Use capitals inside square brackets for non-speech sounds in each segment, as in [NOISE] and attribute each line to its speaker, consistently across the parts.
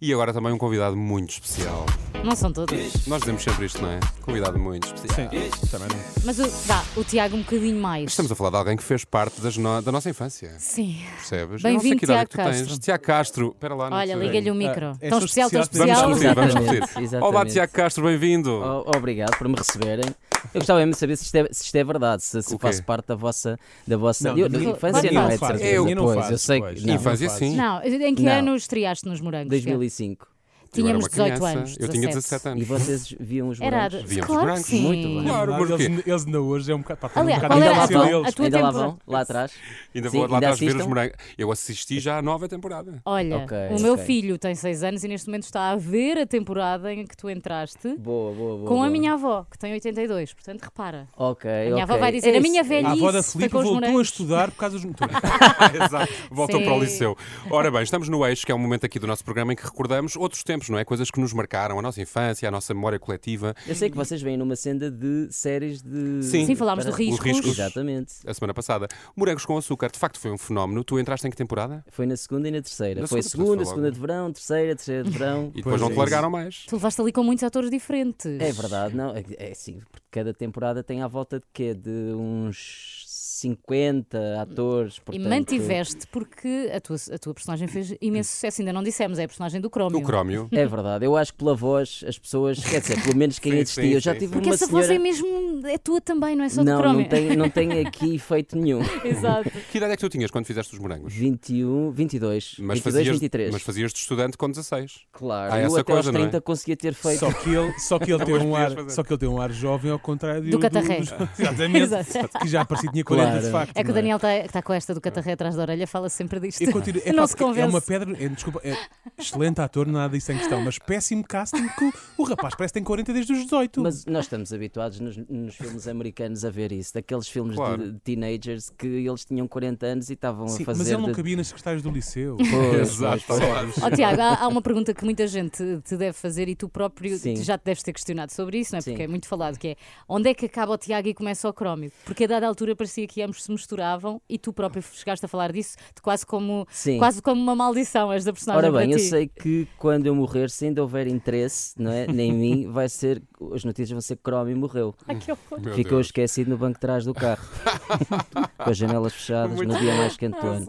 Speaker 1: E agora também um convidado muito especial.
Speaker 2: Não são todos.
Speaker 1: Nós dizemos sempre isto, não é? Convidado muito especial.
Speaker 3: Também não.
Speaker 2: Mas o, vá, o Tiago um bocadinho mais.
Speaker 1: Estamos a falar de alguém que fez parte das no- da nossa infância.
Speaker 2: Sim.
Speaker 1: Percebes? Eu
Speaker 2: Bem-vindo,
Speaker 1: não sei que idade
Speaker 2: Tiago
Speaker 1: tu tens.
Speaker 2: Castro.
Speaker 1: Tiago Castro. Espera lá, não
Speaker 2: Olha,
Speaker 1: sei.
Speaker 2: liga-lhe o micro.
Speaker 3: Ah, é
Speaker 2: tão
Speaker 3: só
Speaker 2: especial, tão
Speaker 3: especial.
Speaker 1: Vamos repetir,
Speaker 2: especial.
Speaker 1: vamos
Speaker 4: Exatamente,
Speaker 1: repetir.
Speaker 4: exatamente.
Speaker 1: Olá, Tiago Castro, bem-vindo.
Speaker 4: O- Oh, Obrigado por me receberem. Eu gostava mesmo de saber se isto é, se isto é verdade, se, se
Speaker 1: O quê?
Speaker 4: faço parte da vossa. Da vossa
Speaker 3: Não,
Speaker 4: eu-
Speaker 3: da
Speaker 4: da
Speaker 3: minha-
Speaker 4: infância
Speaker 2: da
Speaker 4: não
Speaker 2: minha
Speaker 4: é de
Speaker 3: não faz,
Speaker 4: certeza.
Speaker 3: da minha não
Speaker 4: Pois,
Speaker 3: faz,
Speaker 4: eu sei
Speaker 3: pois.
Speaker 4: que. Não,
Speaker 1: Infância,
Speaker 3: não
Speaker 1: sim.
Speaker 2: Não, em que
Speaker 4: Não.
Speaker 2: ano estreaste nos morangos?
Speaker 4: 2005.
Speaker 1: Eu era
Speaker 2: Tínhamos
Speaker 1: uma
Speaker 2: 18
Speaker 1: criança,
Speaker 2: anos.
Speaker 1: Eu tinha 17
Speaker 4: E
Speaker 1: anos.
Speaker 4: vocês viam os
Speaker 2: Era
Speaker 4: morangos?
Speaker 1: Víamos
Speaker 2: claro
Speaker 1: brancos.
Speaker 2: que sim.
Speaker 4: Muito bem.
Speaker 1: Claro,
Speaker 3: Mas
Speaker 1: porque-
Speaker 3: eles, eles ainda hoje é um bocado. está
Speaker 2: Aliás,
Speaker 3: um bocado
Speaker 2: qual
Speaker 4: Ainda
Speaker 2: era
Speaker 4: lá
Speaker 2: a
Speaker 3: difícil
Speaker 2: tua,
Speaker 4: vão,
Speaker 2: a
Speaker 3: deles.
Speaker 2: tua
Speaker 4: ainda lá
Speaker 2: temporada?
Speaker 4: vão, lá atrás.
Speaker 1: Ainda
Speaker 4: Sim,
Speaker 1: vou lá
Speaker 4: ainda
Speaker 1: atrás ver os
Speaker 4: assistam?
Speaker 1: morangos. Eu assisti já à nova
Speaker 2: [LAUGHS]
Speaker 1: temporada.
Speaker 2: Olha,
Speaker 4: Ok,
Speaker 2: o meu
Speaker 4: ok.
Speaker 2: filho tem 6 anos e neste momento está a ver a temporada em que tu entraste
Speaker 4: Boa, boa, boa.
Speaker 2: com
Speaker 4: boa.
Speaker 2: a minha avó, que tem 82. Portanto, repara.
Speaker 4: Ok,
Speaker 2: A minha avó
Speaker 4: ok.
Speaker 2: vai dizer,
Speaker 4: É
Speaker 2: a minha
Speaker 4: isso.
Speaker 2: velhice
Speaker 3: A avó da
Speaker 2: foi
Speaker 3: Filipe
Speaker 2: com os
Speaker 3: voltou a
Speaker 2: morangos.
Speaker 3: estudar por causa dos motores.
Speaker 1: Ah, Exato. Voltou
Speaker 2: Sim.
Speaker 1: para o liceu. Ora bem, estamos no Eixo, que é um momento aqui do nosso programa em que recordamos outros tempos, não é? Coisas que nos marcaram, a nossa infância, a nossa memória coletiva.
Speaker 4: Eu sei que vocês vêm numa senda de séries de.
Speaker 1: Sim. Sim,
Speaker 2: falámos do Riscos.
Speaker 1: Riscos.
Speaker 4: Exatamente.
Speaker 1: A semana passada. Morangos com açúcar, de facto foi um fenómeno. Tu entraste em que temporada?
Speaker 4: Foi na segunda e na terceira.
Speaker 1: Na
Speaker 4: Foi
Speaker 1: segunda,
Speaker 4: segunda,
Speaker 1: portanto, foi
Speaker 4: segunda de verão, terceira, terceira de verão.
Speaker 1: E depois
Speaker 3: Pois
Speaker 1: não
Speaker 3: é
Speaker 1: te
Speaker 3: isso.
Speaker 1: largaram mais.
Speaker 2: Tu levaste ali com muitos atores diferentes.
Speaker 4: É verdade, não, é, é assim, porque cada temporada tem à volta de quê? De uns 50 atores,
Speaker 2: E
Speaker 4: portanto...
Speaker 2: mantiveste porque a tua, a tua personagem fez imenso sucesso. Ainda não dissemos, é a personagem do Crómio.
Speaker 1: O crómio.
Speaker 4: É verdade, eu acho que pela voz as pessoas, quer dizer, pelo menos quem
Speaker 1: Sim,
Speaker 4: assistia,
Speaker 1: sim,
Speaker 4: eu já
Speaker 1: sim,
Speaker 4: tive
Speaker 1: sim.
Speaker 2: Porque
Speaker 4: uma
Speaker 2: essa
Speaker 4: senhora...
Speaker 2: voz é mesmo. é tua também, não é só do
Speaker 4: não,
Speaker 2: Crómio.
Speaker 4: não tem, não tem aqui efeito nenhum.
Speaker 2: [LAUGHS] Exato.
Speaker 1: Que idade é que tu tinhas quando fizeste os morangos?
Speaker 4: 21, 22, 22,
Speaker 1: fazias,
Speaker 4: 23.
Speaker 1: mas fazias de estudante com 16.
Speaker 4: Claro,
Speaker 1: Há
Speaker 4: eu
Speaker 1: essa
Speaker 4: até
Speaker 1: coisa,
Speaker 4: aos
Speaker 1: não é?
Speaker 4: 30 conseguia ter feito...
Speaker 3: Só que ele, só
Speaker 2: [LAUGHS]
Speaker 3: que ele tem um
Speaker 1: podias
Speaker 3: ar,
Speaker 1: fazer.
Speaker 3: só que ele tem um ar jovem ao contrário
Speaker 2: Do Catarré. [LAUGHS]
Speaker 3: dos- Exatamente.
Speaker 2: Exato.
Speaker 3: que já parecia que tinha 40 de
Speaker 4: Claro.
Speaker 3: facto.
Speaker 2: É que o
Speaker 3: não
Speaker 2: Daniel está tá com esta do catarré atrás da orelha, fala sempre disto. [LAUGHS]
Speaker 3: Eu continuo- é,
Speaker 2: não
Speaker 3: pá,
Speaker 2: se
Speaker 3: é
Speaker 2: convence.
Speaker 3: uma pedra, é, desculpa, é excelente ator, nada disso em questão, mas péssimo casting que o- o rapaz parece que tem 40 desde os 18.
Speaker 4: Mas nós estamos habituados nos, nos filmes americanos a ver isso, daqueles filmes
Speaker 1: Claro.
Speaker 4: de, de teenagers que eles tinham 40 anos e estavam
Speaker 3: Sim,
Speaker 4: a
Speaker 3: mas
Speaker 4: fazer...
Speaker 3: ele não
Speaker 4: de...
Speaker 3: cabia nas secretárias do liceu. [LAUGHS]
Speaker 4: Pois,
Speaker 1: Exato.
Speaker 4: pois, pois.
Speaker 2: Ó Oh, Tiago, há, há uma pergunta que muita gente te deve fazer e tu próprio
Speaker 4: Sim.
Speaker 2: tu já te deves ter questionado sobre isso, não é? Porque
Speaker 4: Sim.
Speaker 2: é muito falado, que é onde é que acaba o Tiago e começa o crómio? Porque a dada altura parecia que ambos se misturavam e tu próprio chegaste a falar disso de quase como,
Speaker 4: Sim.
Speaker 2: quase como uma maldição esta personagem
Speaker 4: Ora bem,
Speaker 2: para
Speaker 4: eu
Speaker 2: ti.
Speaker 4: sei que quando eu morrer, se ainda houver interesse não é, nem
Speaker 2: [LAUGHS]
Speaker 4: em mim, vai ser, as notícias vão ser que Crómio morreu.
Speaker 2: Ai, que horror.
Speaker 1: Meu
Speaker 4: Ficou
Speaker 1: Deus.
Speaker 4: esquecido no banco de trás
Speaker 2: [LAUGHS]
Speaker 4: do carro, com as janelas fechadas,
Speaker 1: Muito
Speaker 4: no dia mais quente
Speaker 2: Ah,
Speaker 4: do ano.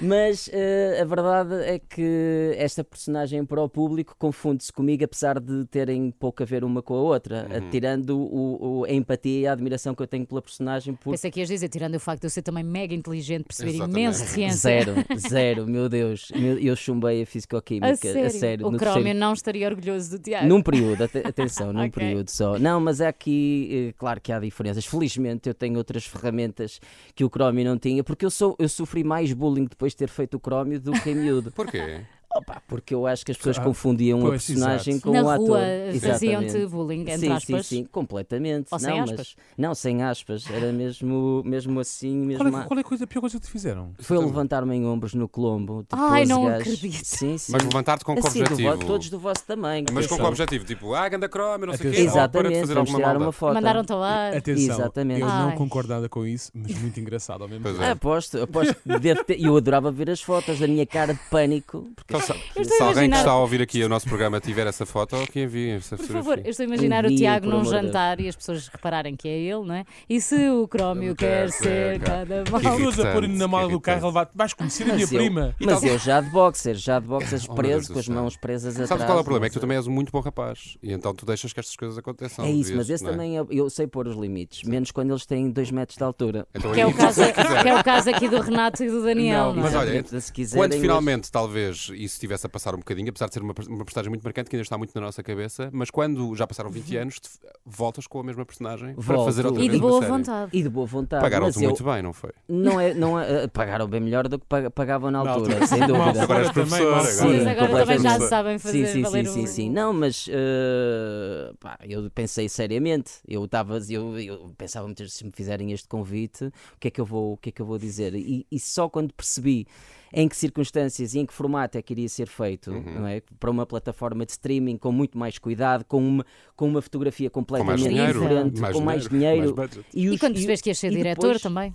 Speaker 4: Mas eh, a verdade é que esta personagem para o público confunde-se comigo, apesar de terem pouco a ver uma com a outra,
Speaker 2: Uhum.
Speaker 4: tirando o, o- a empatia e a admiração que eu tenho pela personagem, por
Speaker 2: Pensei que ias dizer, tirando o facto de eu ser também mega inteligente, perceber
Speaker 1: Exatamente.
Speaker 2: imenso de ciência.
Speaker 4: zero, zero, meu Deus. Meu- Eu chumbei
Speaker 2: A
Speaker 4: a fisicoquímica,
Speaker 2: sério,
Speaker 4: a sério.
Speaker 2: o
Speaker 4: no
Speaker 2: Crómio
Speaker 4: terceiro
Speaker 2: não estaria orgulhoso do Tiago.
Speaker 4: Num
Speaker 2: [LAUGHS]
Speaker 4: período, ate- atenção, num
Speaker 2: Ok.
Speaker 4: período só. Não, mas é aqui, eh, claro que há diferenças. Felizmente eu tenho outras ferramentas que o Chromio não tinha, porque eu, sou, eu sofri mais bullying depois de ter feito o Chromio do que em
Speaker 2: [LAUGHS]
Speaker 4: miúdo.
Speaker 1: Porquê?
Speaker 4: Opa, porque eu acho que as pessoas
Speaker 3: Ah,
Speaker 4: confundiam a
Speaker 3: pois,
Speaker 4: personagem
Speaker 3: exato.
Speaker 4: com
Speaker 2: Na
Speaker 4: o ator.
Speaker 2: rua
Speaker 4: Exatamente.
Speaker 2: faziam-te bullying, entre
Speaker 4: Sim, sim,
Speaker 2: aspas.
Speaker 4: sim, completamente.
Speaker 2: Ou
Speaker 4: não,
Speaker 2: sem
Speaker 4: mas-
Speaker 2: aspas?
Speaker 4: não, sem aspas. Era mesmo, mesmo assim, mesmo.
Speaker 3: Qual é,
Speaker 4: a-
Speaker 3: qual é a, coisa, a pior coisa que te fizeram?
Speaker 4: Foi levantar-me em ombros no Colombo.
Speaker 2: Ai,
Speaker 4: depois,
Speaker 2: não
Speaker 4: gajo.
Speaker 2: acredito.
Speaker 4: Sim, sim.
Speaker 1: Mas levantar-te com que
Speaker 4: Assim, do vo-
Speaker 1: objetivo?
Speaker 4: todos do vosso tamanho.
Speaker 1: Mas com que
Speaker 4: atenção.
Speaker 1: objetivo? Tipo, ah, ganda crómio, não sei o quê.
Speaker 3: Atenção.
Speaker 1: ou Para de
Speaker 4: Exatamente,
Speaker 1: fazer
Speaker 4: vamos
Speaker 1: alguma
Speaker 4: tirar
Speaker 1: maldade.
Speaker 4: uma foto.
Speaker 2: Mandaram-te um ao ar.
Speaker 3: Atenção,
Speaker 4: Exatamente.
Speaker 3: eu
Speaker 2: Ai.
Speaker 3: não concordo nada com isso, mas muito engraçado ao mesmo
Speaker 1: Pois
Speaker 3: tempo.
Speaker 1: é.
Speaker 4: Ah, aposto, aposto que deve ter. Eu adorava ver as fotos da minha cara de pânico. Porque
Speaker 1: Então, se
Speaker 2: Eu estou
Speaker 1: se
Speaker 2: a
Speaker 1: alguém que
Speaker 2: imaginar-
Speaker 1: está a ouvir aqui o nosso programa tiver essa foto, que envie essa
Speaker 2: Por
Speaker 1: fotografia.
Speaker 2: favor, eu estou a imaginar o
Speaker 4: Enviem,
Speaker 2: Tiago
Speaker 4: Um por
Speaker 2: num
Speaker 4: amor de Deus.
Speaker 2: jantar e as pessoas repararem que é ele, não é? E se o Crómio quer ser cada
Speaker 1: Que
Speaker 2: mal.
Speaker 1: irritante,
Speaker 3: Pessoas a pôr na mala
Speaker 1: que
Speaker 3: do carro, a
Speaker 1: irritante.
Speaker 3: levar, vais
Speaker 4: [LAUGHS]
Speaker 3: conhecer a minha
Speaker 4: Mas eu-
Speaker 3: prima.
Speaker 4: Mas eu já de boxer, já de boxers
Speaker 1: Oh, meu Deus
Speaker 4: preso,
Speaker 1: do
Speaker 4: com as
Speaker 1: céu.
Speaker 4: mãos presas atrás.
Speaker 1: Sabes qual é o problema? É que tu
Speaker 4: mas-
Speaker 1: também és um muito bom rapaz. E então tu deixas que estas coisas aconteçam.
Speaker 4: É isso,
Speaker 1: devias,
Speaker 4: mas esse
Speaker 1: não é?
Speaker 4: também é- eu sei pôr os limites, menos quando eles têm 2 metros de altura.
Speaker 1: Então
Speaker 2: Que é,
Speaker 1: aí,
Speaker 2: o caso,
Speaker 1: se quiser.
Speaker 2: que é o caso aqui do Renato e do Daniel.
Speaker 4: Não,
Speaker 2: não é?
Speaker 1: Mas olha,
Speaker 4: Exatamente, se quiserem,
Speaker 1: Quando
Speaker 4: mas-
Speaker 1: finalmente, talvez, isso estivesse a passar um bocadinho, apesar de ser uma, uma personagem muito marcante que ainda está muito na nossa cabeça, mas quando já passaram 20 anos, te- voltas com a mesma personagem para
Speaker 4: Volto.
Speaker 1: fazer outra
Speaker 2: E
Speaker 1: vez
Speaker 2: de
Speaker 1: uma
Speaker 2: boa
Speaker 1: série.
Speaker 2: vontade.
Speaker 4: E de boa vontade. mas
Speaker 1: Pagaram-te um
Speaker 4: eu-
Speaker 1: muito bem, não foi?
Speaker 4: Não é, não é, eh, pagaram bem melhor do que pag- pagavam na altura, sem
Speaker 3: Malta,
Speaker 4: dúvida.
Speaker 1: Agora és
Speaker 3: também,
Speaker 1: professora,
Speaker 3: malta.
Speaker 1: agora.
Speaker 2: Vocês agora também já
Speaker 4: completamente.
Speaker 2: sabem
Speaker 4: Sim,
Speaker 2: fazer
Speaker 4: sim, sim,
Speaker 2: valer um
Speaker 4: sim,
Speaker 2: o...
Speaker 4: sim. Não, mas eh, pá, eu pensei seriamente. Eu estava, eu, eu pensava muitas vezes, se me fizerem este convite, o que é que eu vou, o que é que eu vou dizer? E, e só quando percebi em que circunstâncias e em que formato é que iria ser feito,
Speaker 1: Uhum.
Speaker 4: não é? Para uma plataforma de streaming com muito mais cuidado, com uma, com uma fotografia completamente
Speaker 1: dinheiro,
Speaker 4: diferente,
Speaker 1: mais
Speaker 4: com mais
Speaker 1: dinheiro,
Speaker 4: dinheiro.
Speaker 1: mais budget.
Speaker 4: e,
Speaker 2: E
Speaker 4: os-
Speaker 2: quando
Speaker 4: e-
Speaker 2: percebes que ias ser
Speaker 4: e
Speaker 2: diretor
Speaker 4: depois-
Speaker 2: também?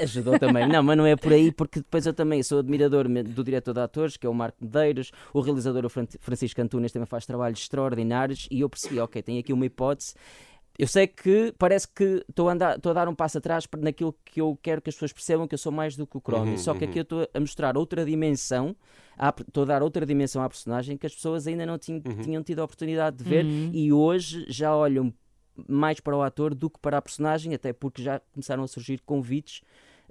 Speaker 4: Ajudou também. Não, mas não é por aí, porque depois eu também sou admirador me- do diretor de atores, que é o Marco Medeiros, o realizador o Fran- Francisco Antunes também faz trabalhos extraordinários e eu percebi, ok, tem aqui uma hipótese. Eu sei que parece que estou a, andar- estou a dar um passo atrás por- naquilo que eu quero que as pessoas percebam que eu sou mais do que o Chromie. Só que aqui eu estou a mostrar outra dimensão, à per- estou a dar outra dimensão à personagem que as pessoas ainda não tin- tinham tido a oportunidade de ver e hoje já olham mais para o ator do que para a personagem, até porque já começaram a surgir convites.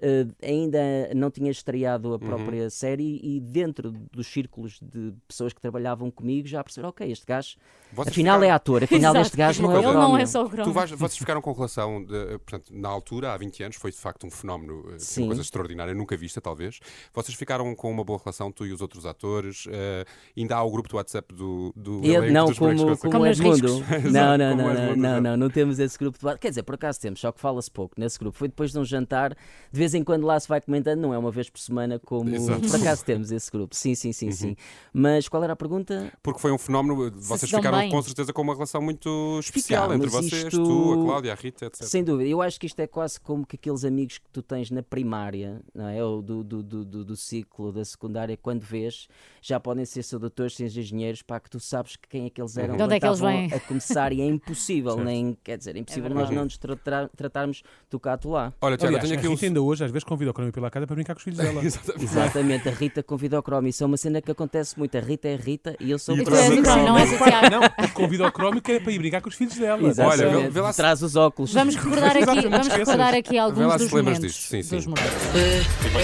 Speaker 4: eh, ainda não tinha estreado
Speaker 1: Uhum.
Speaker 4: a própria série e dentro dos círculos de pessoas que trabalhavam comigo já perceberam, ok, este gajo
Speaker 1: Vocês
Speaker 4: afinal é
Speaker 1: ficaram-
Speaker 4: ator, afinal
Speaker 2: Exato.
Speaker 4: este gajo não é o
Speaker 2: Ele não é
Speaker 4: Chromie.
Speaker 2: só o Chrome.
Speaker 1: Tu vais, vocês ficaram com relação, de, portanto, na altura, há 20 anos, foi de facto um fenómeno, eh, assim,
Speaker 4: Sim.
Speaker 1: uma coisa extraordinária, nunca vista talvez. Vocês ficaram com uma boa relação, tu e os outros atores. eh, ainda há o grupo do WhatsApp do, do
Speaker 4: Eu-
Speaker 1: elenco
Speaker 4: não,
Speaker 1: é dos Bonecos
Speaker 4: como,
Speaker 1: Conscientes.
Speaker 4: como,
Speaker 2: Como nos
Speaker 4: Edmundo.
Speaker 2: riscos.
Speaker 4: Não,
Speaker 1: Exato,
Speaker 4: não,
Speaker 1: como
Speaker 4: não, não,
Speaker 1: Edmundo,
Speaker 4: não,
Speaker 1: exato.
Speaker 4: não, não temos esse grupo de WhatsApp. Quer dizer, por acaso temos, só que fala-se pouco nesse grupo. Foi depois de um jantar, de vez em quando lá se vai comentando, não é uma vez por semana como.
Speaker 1: Exato. Uhum.
Speaker 4: Por acaso temos esse grupo, sim, sim, sim, sim. Mas qual era a pergunta?
Speaker 1: Porque foi um fenómeno, eh, vocês
Speaker 2: se dão
Speaker 1: ficaram
Speaker 2: bem.
Speaker 1: com certeza com uma relação muito especial entre
Speaker 4: Ficámos,
Speaker 1: vocês,
Speaker 4: isto-
Speaker 1: tu, a Cláudia, a Rita, etc.
Speaker 4: Sem dúvida, eu acho que isto é quase como que aqueles amigos que tu tens na primária, não é? Ou do, do, do, do- do ciclo da secundária, quando vês, já podem ser doutores, sem engenheiros, pá, que tu sabes que quem aqueles eram
Speaker 1: Uhum.
Speaker 2: De onde
Speaker 4: quando
Speaker 2: é que eles
Speaker 4: estavam
Speaker 2: vêm?
Speaker 4: a começar e é impossível, nem, quer dizer, é impossível nós não nos tra- tra- tratarmos do cato lá.
Speaker 1: Olha, Tiago, eu
Speaker 3: Aliás, a
Speaker 1: tenho aqui [LAUGHS]
Speaker 3: Rita
Speaker 1: um.
Speaker 3: ainda hoje às vezes convida o Chromie pela casa para brincar com os filhos dela.
Speaker 1: Exatamente.
Speaker 4: Exatamente, a Rita convida o Chrome. Isso é uma cena que acontece muito. A Rita é a Rita e eu sou
Speaker 2: E
Speaker 4: o
Speaker 2: tu és
Speaker 4: Chrome.
Speaker 2: o Chrome, [LAUGHS] não és o Tiago.
Speaker 3: Não, convida o Chromie que era para ir brincar com os filhos dela.
Speaker 1: Olha, vê-
Speaker 4: Exatamente.
Speaker 1: vê lá se-
Speaker 4: Traz os óculos.
Speaker 2: Vamos recordar aqui,
Speaker 3: Exatamente,
Speaker 2: vamos
Speaker 3: esqueças.
Speaker 2: recordar aqui
Speaker 1: Vê
Speaker 2: alguns
Speaker 1: lá se
Speaker 2: dos
Speaker 1: te lembras
Speaker 2: momentos,
Speaker 1: disso. Sim,
Speaker 2: dos
Speaker 1: sim.
Speaker 2: momentos.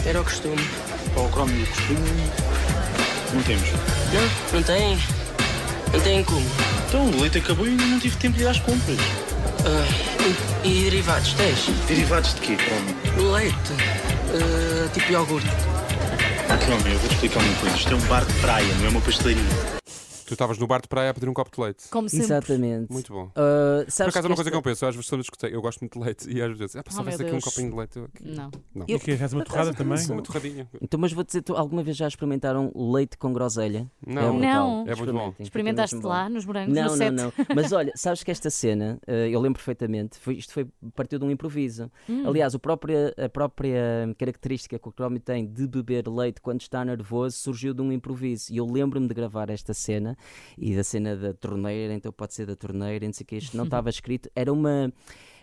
Speaker 5: Era, era o costume.
Speaker 6: Ou o Chrome e o costume. Não temos.
Speaker 5: Não tem? Não tem como.
Speaker 6: Então, o leite acabou e ainda não tive tempo de ir às compras.
Speaker 5: Ah, e, e derivados, tens?
Speaker 6: Derivados de quê, Chrome?
Speaker 5: Leite. ah, tipo iogurte.
Speaker 6: Chrome, eu vou-te explicar uma coisa. Isto é um bar de praia, não é uma pastelaria.
Speaker 1: Tu estavas no bar de praia a pedir um copo de leite.
Speaker 2: Como sempre.
Speaker 4: Exatamente.
Speaker 1: Muito bom.
Speaker 4: Ah,
Speaker 1: Por
Speaker 4: sabes
Speaker 1: acaso é uma coisa
Speaker 4: esta-
Speaker 1: que eu penso, eu às vezes estou na discoteca, eu gosto muito de leite e às vezes, ah, pá,
Speaker 2: Oh,
Speaker 1: só
Speaker 2: meu
Speaker 1: aqui um
Speaker 2: Deus.
Speaker 1: copinho de leite, eu aqui.
Speaker 2: Não.
Speaker 1: não. é
Speaker 3: E queres uma torrada também?
Speaker 1: Uma torradinha.
Speaker 4: Então, mas vou dizer, tu alguma vez já experimentaram leite com groselha?
Speaker 1: Não.
Speaker 4: é brutal.
Speaker 2: Não.
Speaker 1: É muito bom.
Speaker 4: Experimentem, fica mesmo
Speaker 2: Experimentaste
Speaker 4: bom.
Speaker 2: lá nos morangos,
Speaker 4: Não,
Speaker 2: no
Speaker 4: não,
Speaker 2: set.
Speaker 4: não. Mas olha, sabes que esta cena, eh, eu lembro perfeitamente, foi- isto foi, partiu de um improviso.
Speaker 2: Hum.
Speaker 4: Aliás, o própria- a própria característica que o Chromie tem de beber leite quando está nervoso surgiu de um improviso. E eu lembro-me de gravar esta cena e da cena da torneira, então pode ser da torneira, não sei o
Speaker 2: [LAUGHS]
Speaker 4: que, isto não estava escrito. Era uma.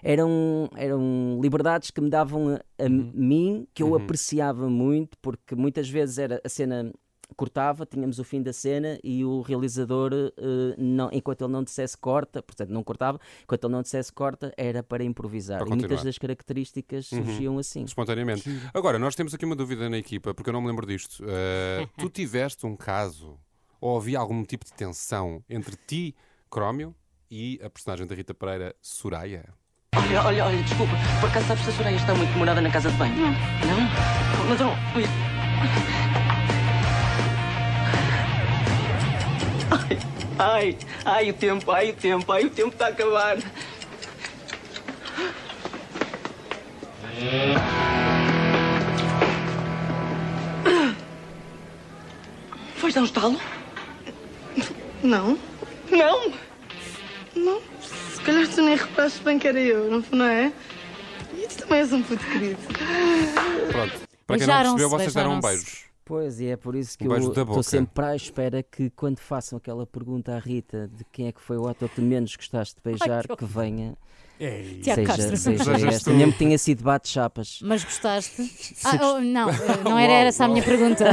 Speaker 4: Eram, eram um liberdades que me davam a, a mim, que eu apreciava muito, porque muitas vezes era a cena cortava, tínhamos o fim da cena e o realizador, eh, não- enquanto ele não dissesse corta, portanto não cortava, enquanto ele não dissesse corta, era para improvisar.
Speaker 1: Para
Speaker 4: e muitas
Speaker 1: continuar. Uhum.
Speaker 4: das características surgiam assim.
Speaker 1: Espontaneamente. Agora, nós temos aqui uma dúvida na equipa, porque eu não me lembro disto.
Speaker 2: [LAUGHS]
Speaker 1: Uh, tu tiveste um caso, ou havia algum tipo de tensão entre ti, Crómio, e a personagem da Rita Pereira, Soraya?
Speaker 5: Olha, olha, olha, desculpa. Por acaso sabes que a Soraya está muito demorada na casa de banho? Não. Não? Mas não. Ai. Ai, ai, o tempo, ai, o tempo, ai, o tempo está a acabar. Foste dar um estalo?
Speaker 7: Não,
Speaker 5: Não.
Speaker 7: não. Se calhar tu nem reparaste bem que era eu, não, não é? E tu também és um puto querido.
Speaker 1: Pronto. Para quem não
Speaker 2: Beijaram-se,
Speaker 1: percebeu, vocês deram
Speaker 2: beijaram-se.
Speaker 1: beijos.
Speaker 4: Pois, e é por isso que
Speaker 1: Um
Speaker 4: eu
Speaker 1: beijo da boca.
Speaker 4: estou sempre para a espera que quando façam aquela pergunta à Rita de quem é que foi o ator que menos gostaste de beijar,
Speaker 2: que
Speaker 4: que venha,
Speaker 3: Ei,
Speaker 2: Tiago
Speaker 4: seja,
Speaker 2: Castro.
Speaker 4: seja
Speaker 1: Sejas
Speaker 4: esta.
Speaker 1: tu.
Speaker 4: Mesmo que tenha sido bate-chapas.
Speaker 2: Mas gostaste? Ah, oh, não, eh, não era
Speaker 1: Uau,
Speaker 2: essa a minha pergunta.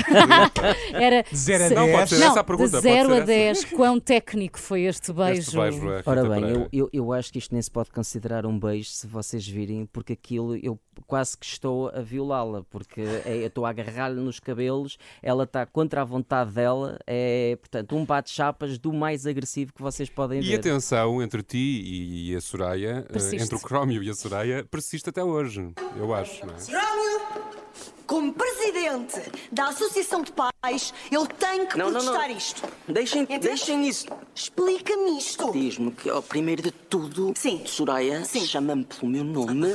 Speaker 2: era
Speaker 3: De zero a
Speaker 2: se-
Speaker 3: dez. Não,
Speaker 1: pode ser
Speaker 2: Não,
Speaker 1: essa a pergunta,
Speaker 2: De
Speaker 1: pode
Speaker 2: 0
Speaker 1: ser
Speaker 2: a
Speaker 1: essa.
Speaker 2: 10, quão técnico foi este beijo?
Speaker 1: Este beijo, é. a Rita
Speaker 4: Ora bem,
Speaker 1: Pereira.
Speaker 4: eu, eu, eu acho que isto nem se pode considerar um beijo se vocês virem, porque aquilo eu quase que estou a violá-la, porque é- eu estou a agarrar-lhe nos cabelos, ela está contra a vontade dela, é portanto um bate-chapas do mais agressivo que vocês podem
Speaker 1: E
Speaker 4: ver.
Speaker 1: a tensão entre ti e a Soraya, eh,
Speaker 2: Persiste.
Speaker 1: entre o Crómio e a Soraya, persiste até hoje, eu acho. Não é?
Speaker 8: Crómio! Como presidente da Associação de Pais, eu tenho que
Speaker 5: Não, não, não.
Speaker 8: protestar isto.
Speaker 5: Deixem,
Speaker 8: Entende?
Speaker 5: deixem isso.
Speaker 8: Explica-me isto.
Speaker 5: Diz-me que, ó, primeiro de tudo,
Speaker 8: Sim.
Speaker 5: Soraya,
Speaker 8: Sim.
Speaker 5: chama-me pelo meu
Speaker 8: [LAUGHS]
Speaker 5: nome,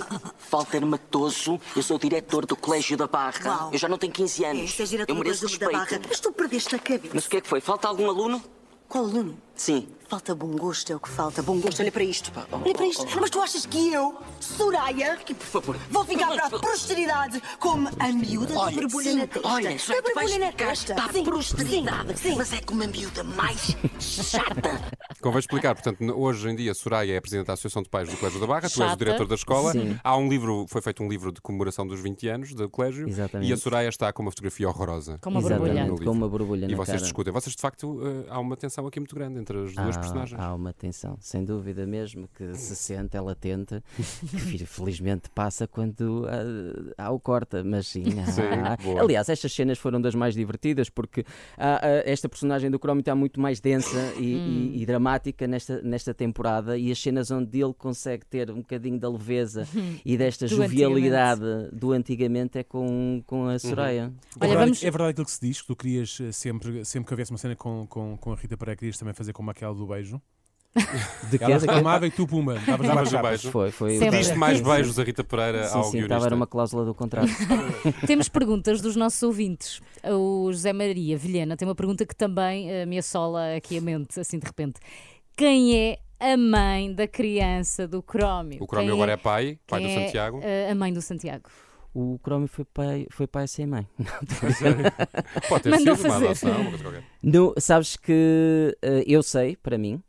Speaker 5: Walter Matoso. Eu sou diretor do Colégio da Barra.
Speaker 8: Uau.
Speaker 5: Eu já não tenho 15 anos.
Speaker 8: Este é
Speaker 5: eu
Speaker 8: diretor do
Speaker 5: mereço
Speaker 8: Brasil da
Speaker 5: respeito.
Speaker 8: Barra. Mas tu perdeste a cabeça.
Speaker 5: Mas o que é que foi? Falta algum aluno?
Speaker 8: Qual aluno?
Speaker 5: Sim.
Speaker 8: Falta bom gosto, é o que falta. Bom gosto, olha para isto.
Speaker 5: Oh,
Speaker 8: Olha para isto. Mas tu achas que eu, Soraya, que, por
Speaker 5: favor.
Speaker 8: vou ficar para a
Speaker 5: Mas-
Speaker 8: posteridade como a miúda
Speaker 5: Olha,
Speaker 8: de borbulha
Speaker 5: sim,
Speaker 8: na testa?
Speaker 5: olha, só
Speaker 8: a
Speaker 5: tu vais
Speaker 8: borbulha na
Speaker 5: ficar
Speaker 8: testa.
Speaker 5: para a posteridade,
Speaker 8: sim, sim.
Speaker 5: mas é com uma miúda mais chata.
Speaker 1: Convém explicar, portanto, n- hoje em dia Soraya é presidente da Associação de Pais do Colégio da Barra, tu és o
Speaker 2: Chata.
Speaker 1: diretor da escola.
Speaker 4: Sim.
Speaker 1: Há um livro, foi feito um livro de comemoração dos 20 anos do colégio
Speaker 4: Exatamente.
Speaker 1: e a Soraya está com uma fotografia horrorosa.
Speaker 2: Com uma
Speaker 1: Exatamente,
Speaker 2: borbulha.
Speaker 1: no livro.
Speaker 4: Com uma borbulha
Speaker 1: E
Speaker 4: na
Speaker 1: vocês
Speaker 4: cara. Ah,
Speaker 1: discutem. Vocês, de facto, eh, há uma tensão aqui muito grande entre as duas
Speaker 4: Há-
Speaker 1: personagens.
Speaker 4: Há uma tensão, sem dúvida mesmo, que se sente, ela tenta, que fi- felizmente passa quando ah, há o corta, mas sim. há-
Speaker 1: Sim,
Speaker 4: há-
Speaker 1: boa.
Speaker 4: Aliás, estas cenas foram das mais divertidas porque há, ah, esta personagem do Chrome está muito mais densa e, e- e dramática nesta, nesta temporada e as cenas onde ele consegue ter um bocadinho da leveza e desta
Speaker 2: Do
Speaker 4: jovialidade do antigamente é com, com a
Speaker 3: É
Speaker 4: Soraya.
Speaker 2: Olha,
Speaker 3: verdade,
Speaker 2: vamos-
Speaker 3: é verdade aquilo que se diz, que tu querias eh, sempre, sempre que houvesse uma cena com, com, com a Rita Pereira, querias também fazer como aquela do beijo.
Speaker 4: De que
Speaker 3: Ela é reclamava e tu, puma, davas lá
Speaker 1: Davas o
Speaker 3: chapas.
Speaker 1: beijo.
Speaker 4: Foi, foi.
Speaker 2: Sempre.
Speaker 1: Diste mais beijos a Rita Pereira
Speaker 4: Sim,
Speaker 1: ao
Speaker 4: sim,
Speaker 1: guionista.
Speaker 4: estava era uma cláusula do contrato.
Speaker 2: Temos perguntas dos nossos ouvintes. O José Maria Vilhena tem uma pergunta que também eh, me assola aqui a mente, assim de repente. Quem é a mãe da criança do Crómio?
Speaker 1: O Crómio
Speaker 2: Quem
Speaker 1: agora é pai, pai do
Speaker 2: quem é, [LAUGHS]
Speaker 1: Santiago.
Speaker 2: eh, a mãe do Santiago.
Speaker 4: O Chrome foi pai, foi pai sem mãe.
Speaker 1: Pode ter
Speaker 2: Mandou
Speaker 1: sido uma
Speaker 2: fazer.
Speaker 1: adoção, uma coisa qualquer.
Speaker 4: No, sabes que eh, eu sei, para mim,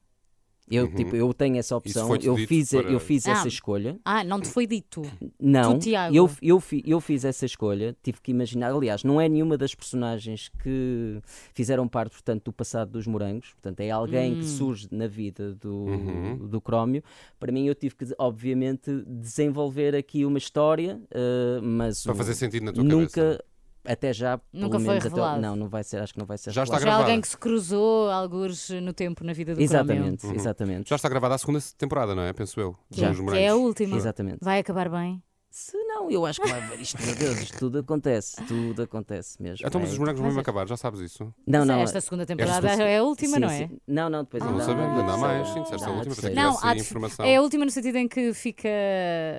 Speaker 4: eu, tipo, eu tenho essa opção,
Speaker 1: Uhum. foi-te
Speaker 4: eu
Speaker 1: dito
Speaker 4: fiz,
Speaker 1: para-
Speaker 4: eu fiz
Speaker 2: Ah.
Speaker 4: essa escolha.
Speaker 2: Ah, não te foi dito.
Speaker 1: Tá
Speaker 4: Não,
Speaker 2: Tiago.
Speaker 4: eu, eu, fi- eu fiz essa escolha, tive que imaginar. Aliás, não é nenhuma das personagens que fizeram parte, portanto, do passado dos morangos. Portanto, é alguém
Speaker 2: Hum.
Speaker 4: que surge na vida do,
Speaker 1: Uhum.
Speaker 4: do Crómio. Para mim, eu tive que, obviamente, desenvolver aqui uma história, eh, mas.
Speaker 1: Para
Speaker 4: o-
Speaker 1: fazer sentido na tua
Speaker 4: nunca,
Speaker 1: cabeça.
Speaker 4: até já, pelo
Speaker 2: Nunca foi
Speaker 4: menos, até, o-
Speaker 2: revelado.
Speaker 4: não, não vai ser, acho que não vai ser
Speaker 1: Já está
Speaker 4: revelado.
Speaker 2: Já
Speaker 1: gravada.
Speaker 2: alguém que se cruzou alguns no tempo na vida do Crómio.
Speaker 4: Exatamente, exatamente.
Speaker 1: Uhum. Já está gravada a segunda temporada, não é? Penso eu.
Speaker 2: Que é-
Speaker 1: dos
Speaker 2: que é a
Speaker 1: Morangos.
Speaker 2: última.
Speaker 4: Exatamente.
Speaker 2: Vai acabar bem.
Speaker 4: Se não, eu acho que vai haver isto, meu Deus, isto tudo acontece, tudo acontece mesmo.
Speaker 1: Então,
Speaker 4: é.
Speaker 1: mas os morangos vão mesmo acabar, já sabes isso.
Speaker 4: Não, não,
Speaker 2: Esta segunda temporada
Speaker 1: Esta-
Speaker 2: é a última,
Speaker 4: sim,
Speaker 2: não é?
Speaker 4: sim. Não, não, depois
Speaker 1: Ah, Não, sabemos, ainda há mais. Sim, disseste a
Speaker 4: Não,
Speaker 1: última,
Speaker 4: sei.
Speaker 1: pensei que
Speaker 2: Não,
Speaker 1: tivesse
Speaker 2: há
Speaker 1: aí
Speaker 2: de-
Speaker 1: informação.
Speaker 2: É a última no sentido em que fica,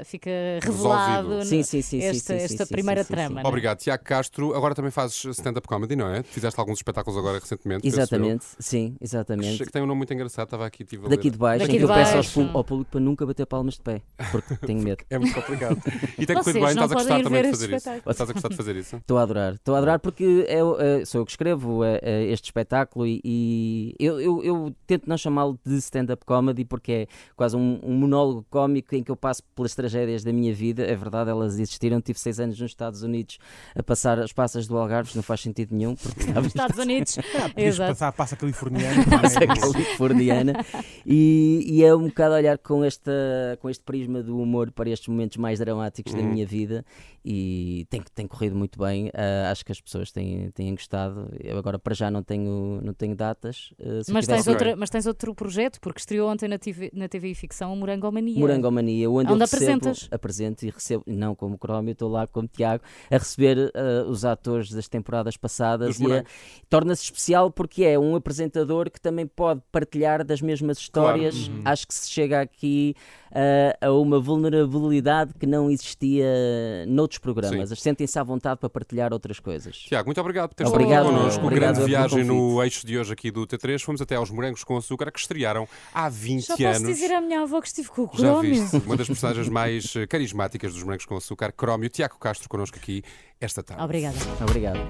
Speaker 2: fica revelado
Speaker 1: Resolvido.
Speaker 2: no-
Speaker 4: Sim, sim, sim, sim,
Speaker 2: esta,
Speaker 4: sim, sim,
Speaker 2: esta
Speaker 4: sim,
Speaker 2: primeira
Speaker 4: sim, sim.
Speaker 2: trama. não é?
Speaker 1: Obrigado, Tiago Castro. Agora também fazes stand-up comedy, não é? Fizeste alguns espetáculos agora recentemente. penso eu.
Speaker 4: Exatamente, sim,
Speaker 1: Que
Speaker 4: exatamente.
Speaker 1: tem um nome muito engraçado, estava aqui, tive a ler.
Speaker 4: Daqui de baixo,
Speaker 2: Daqui
Speaker 4: em que
Speaker 2: de
Speaker 4: eu peço aos
Speaker 2: baixo.
Speaker 4: pul- ao público para nunca bater palmas de pé, porque tenho medo.
Speaker 1: É muito complicado. E
Speaker 2: [LAUGHS]
Speaker 1: tem que correr
Speaker 2: Vocês
Speaker 1: bem,
Speaker 2: não
Speaker 1: estás a
Speaker 2: podem
Speaker 1: gostar
Speaker 2: ir
Speaker 1: também
Speaker 2: ver
Speaker 1: de
Speaker 2: este
Speaker 1: fazer isso.
Speaker 2: espetáculo.
Speaker 1: Estás a gostar de fazer isso?
Speaker 4: Estou a adorar, estou a adorar porque eu, eh, sou eu que escrevo eh, eh, este espetáculo e, e eu, eu- eu tento não chamá-lo de stand-up comedy porque é quase um, um monólogo cómico em que eu passo pelas tragédias da minha vida. É verdade, elas existiram. Tive seis anos nos Estados Unidos a passar as passas do Algarve, não faz sentido nenhum porque estava
Speaker 2: Estados Unidos.
Speaker 3: Podias
Speaker 2: Exato.
Speaker 3: passar a passa californiana.
Speaker 2: [LAUGHS] É
Speaker 4: passa
Speaker 3: também.
Speaker 4: californiana e, e é um bocado olhar com, esta, com este prisma do humor para estes momentos mais dramáticos
Speaker 2: Uhum.
Speaker 4: da minha vida e tem, tem corrido muito bem. ah, acho que as pessoas têm, têm gostado. Eu agora para já não tenho, não tenho datas. ah, se
Speaker 2: Mas
Speaker 4: tivesse-
Speaker 2: tens, outra- mas tens outro projeto, porque estreou ontem na TV, na TV e ficção o Morangomania.
Speaker 4: Morangomania, onde,
Speaker 2: Onde
Speaker 4: eu recebo,
Speaker 2: apresentas?
Speaker 4: apresento e recebo, não como Crómio, estou lá como Tiago, a receber ah, os atores das temporadas passadas
Speaker 1: Dos
Speaker 4: e a-
Speaker 1: morangos.
Speaker 4: torna-se especial porque é um apresentador que também pode partilhar das mesmas histórias. Acho que se chega aqui ah, a uma vulnerabilidade que não existia noutros programas. Eles Sentem-se à vontade para partilhar outras coisas.
Speaker 1: Tiago, muito obrigado por teres
Speaker 4: Obrigado,
Speaker 1: estado connosco.
Speaker 4: obrigado
Speaker 1: Grande
Speaker 4: pelo
Speaker 1: viagem no
Speaker 4: convite.
Speaker 1: eixo de hoje aqui do T3. Fomos até aos Morangos com Açúcar, que estrearam há 20
Speaker 2: Só
Speaker 1: anos.
Speaker 2: posso dizer à minha avó que estive com o
Speaker 1: Já
Speaker 2: Crómio.
Speaker 1: viste, uma das personagens mais eh, carismáticas dos Morangos com Açúcar, Crómio, Tiago Castro, connosco aqui esta tarde.
Speaker 2: Obrigada.
Speaker 4: Obrigado.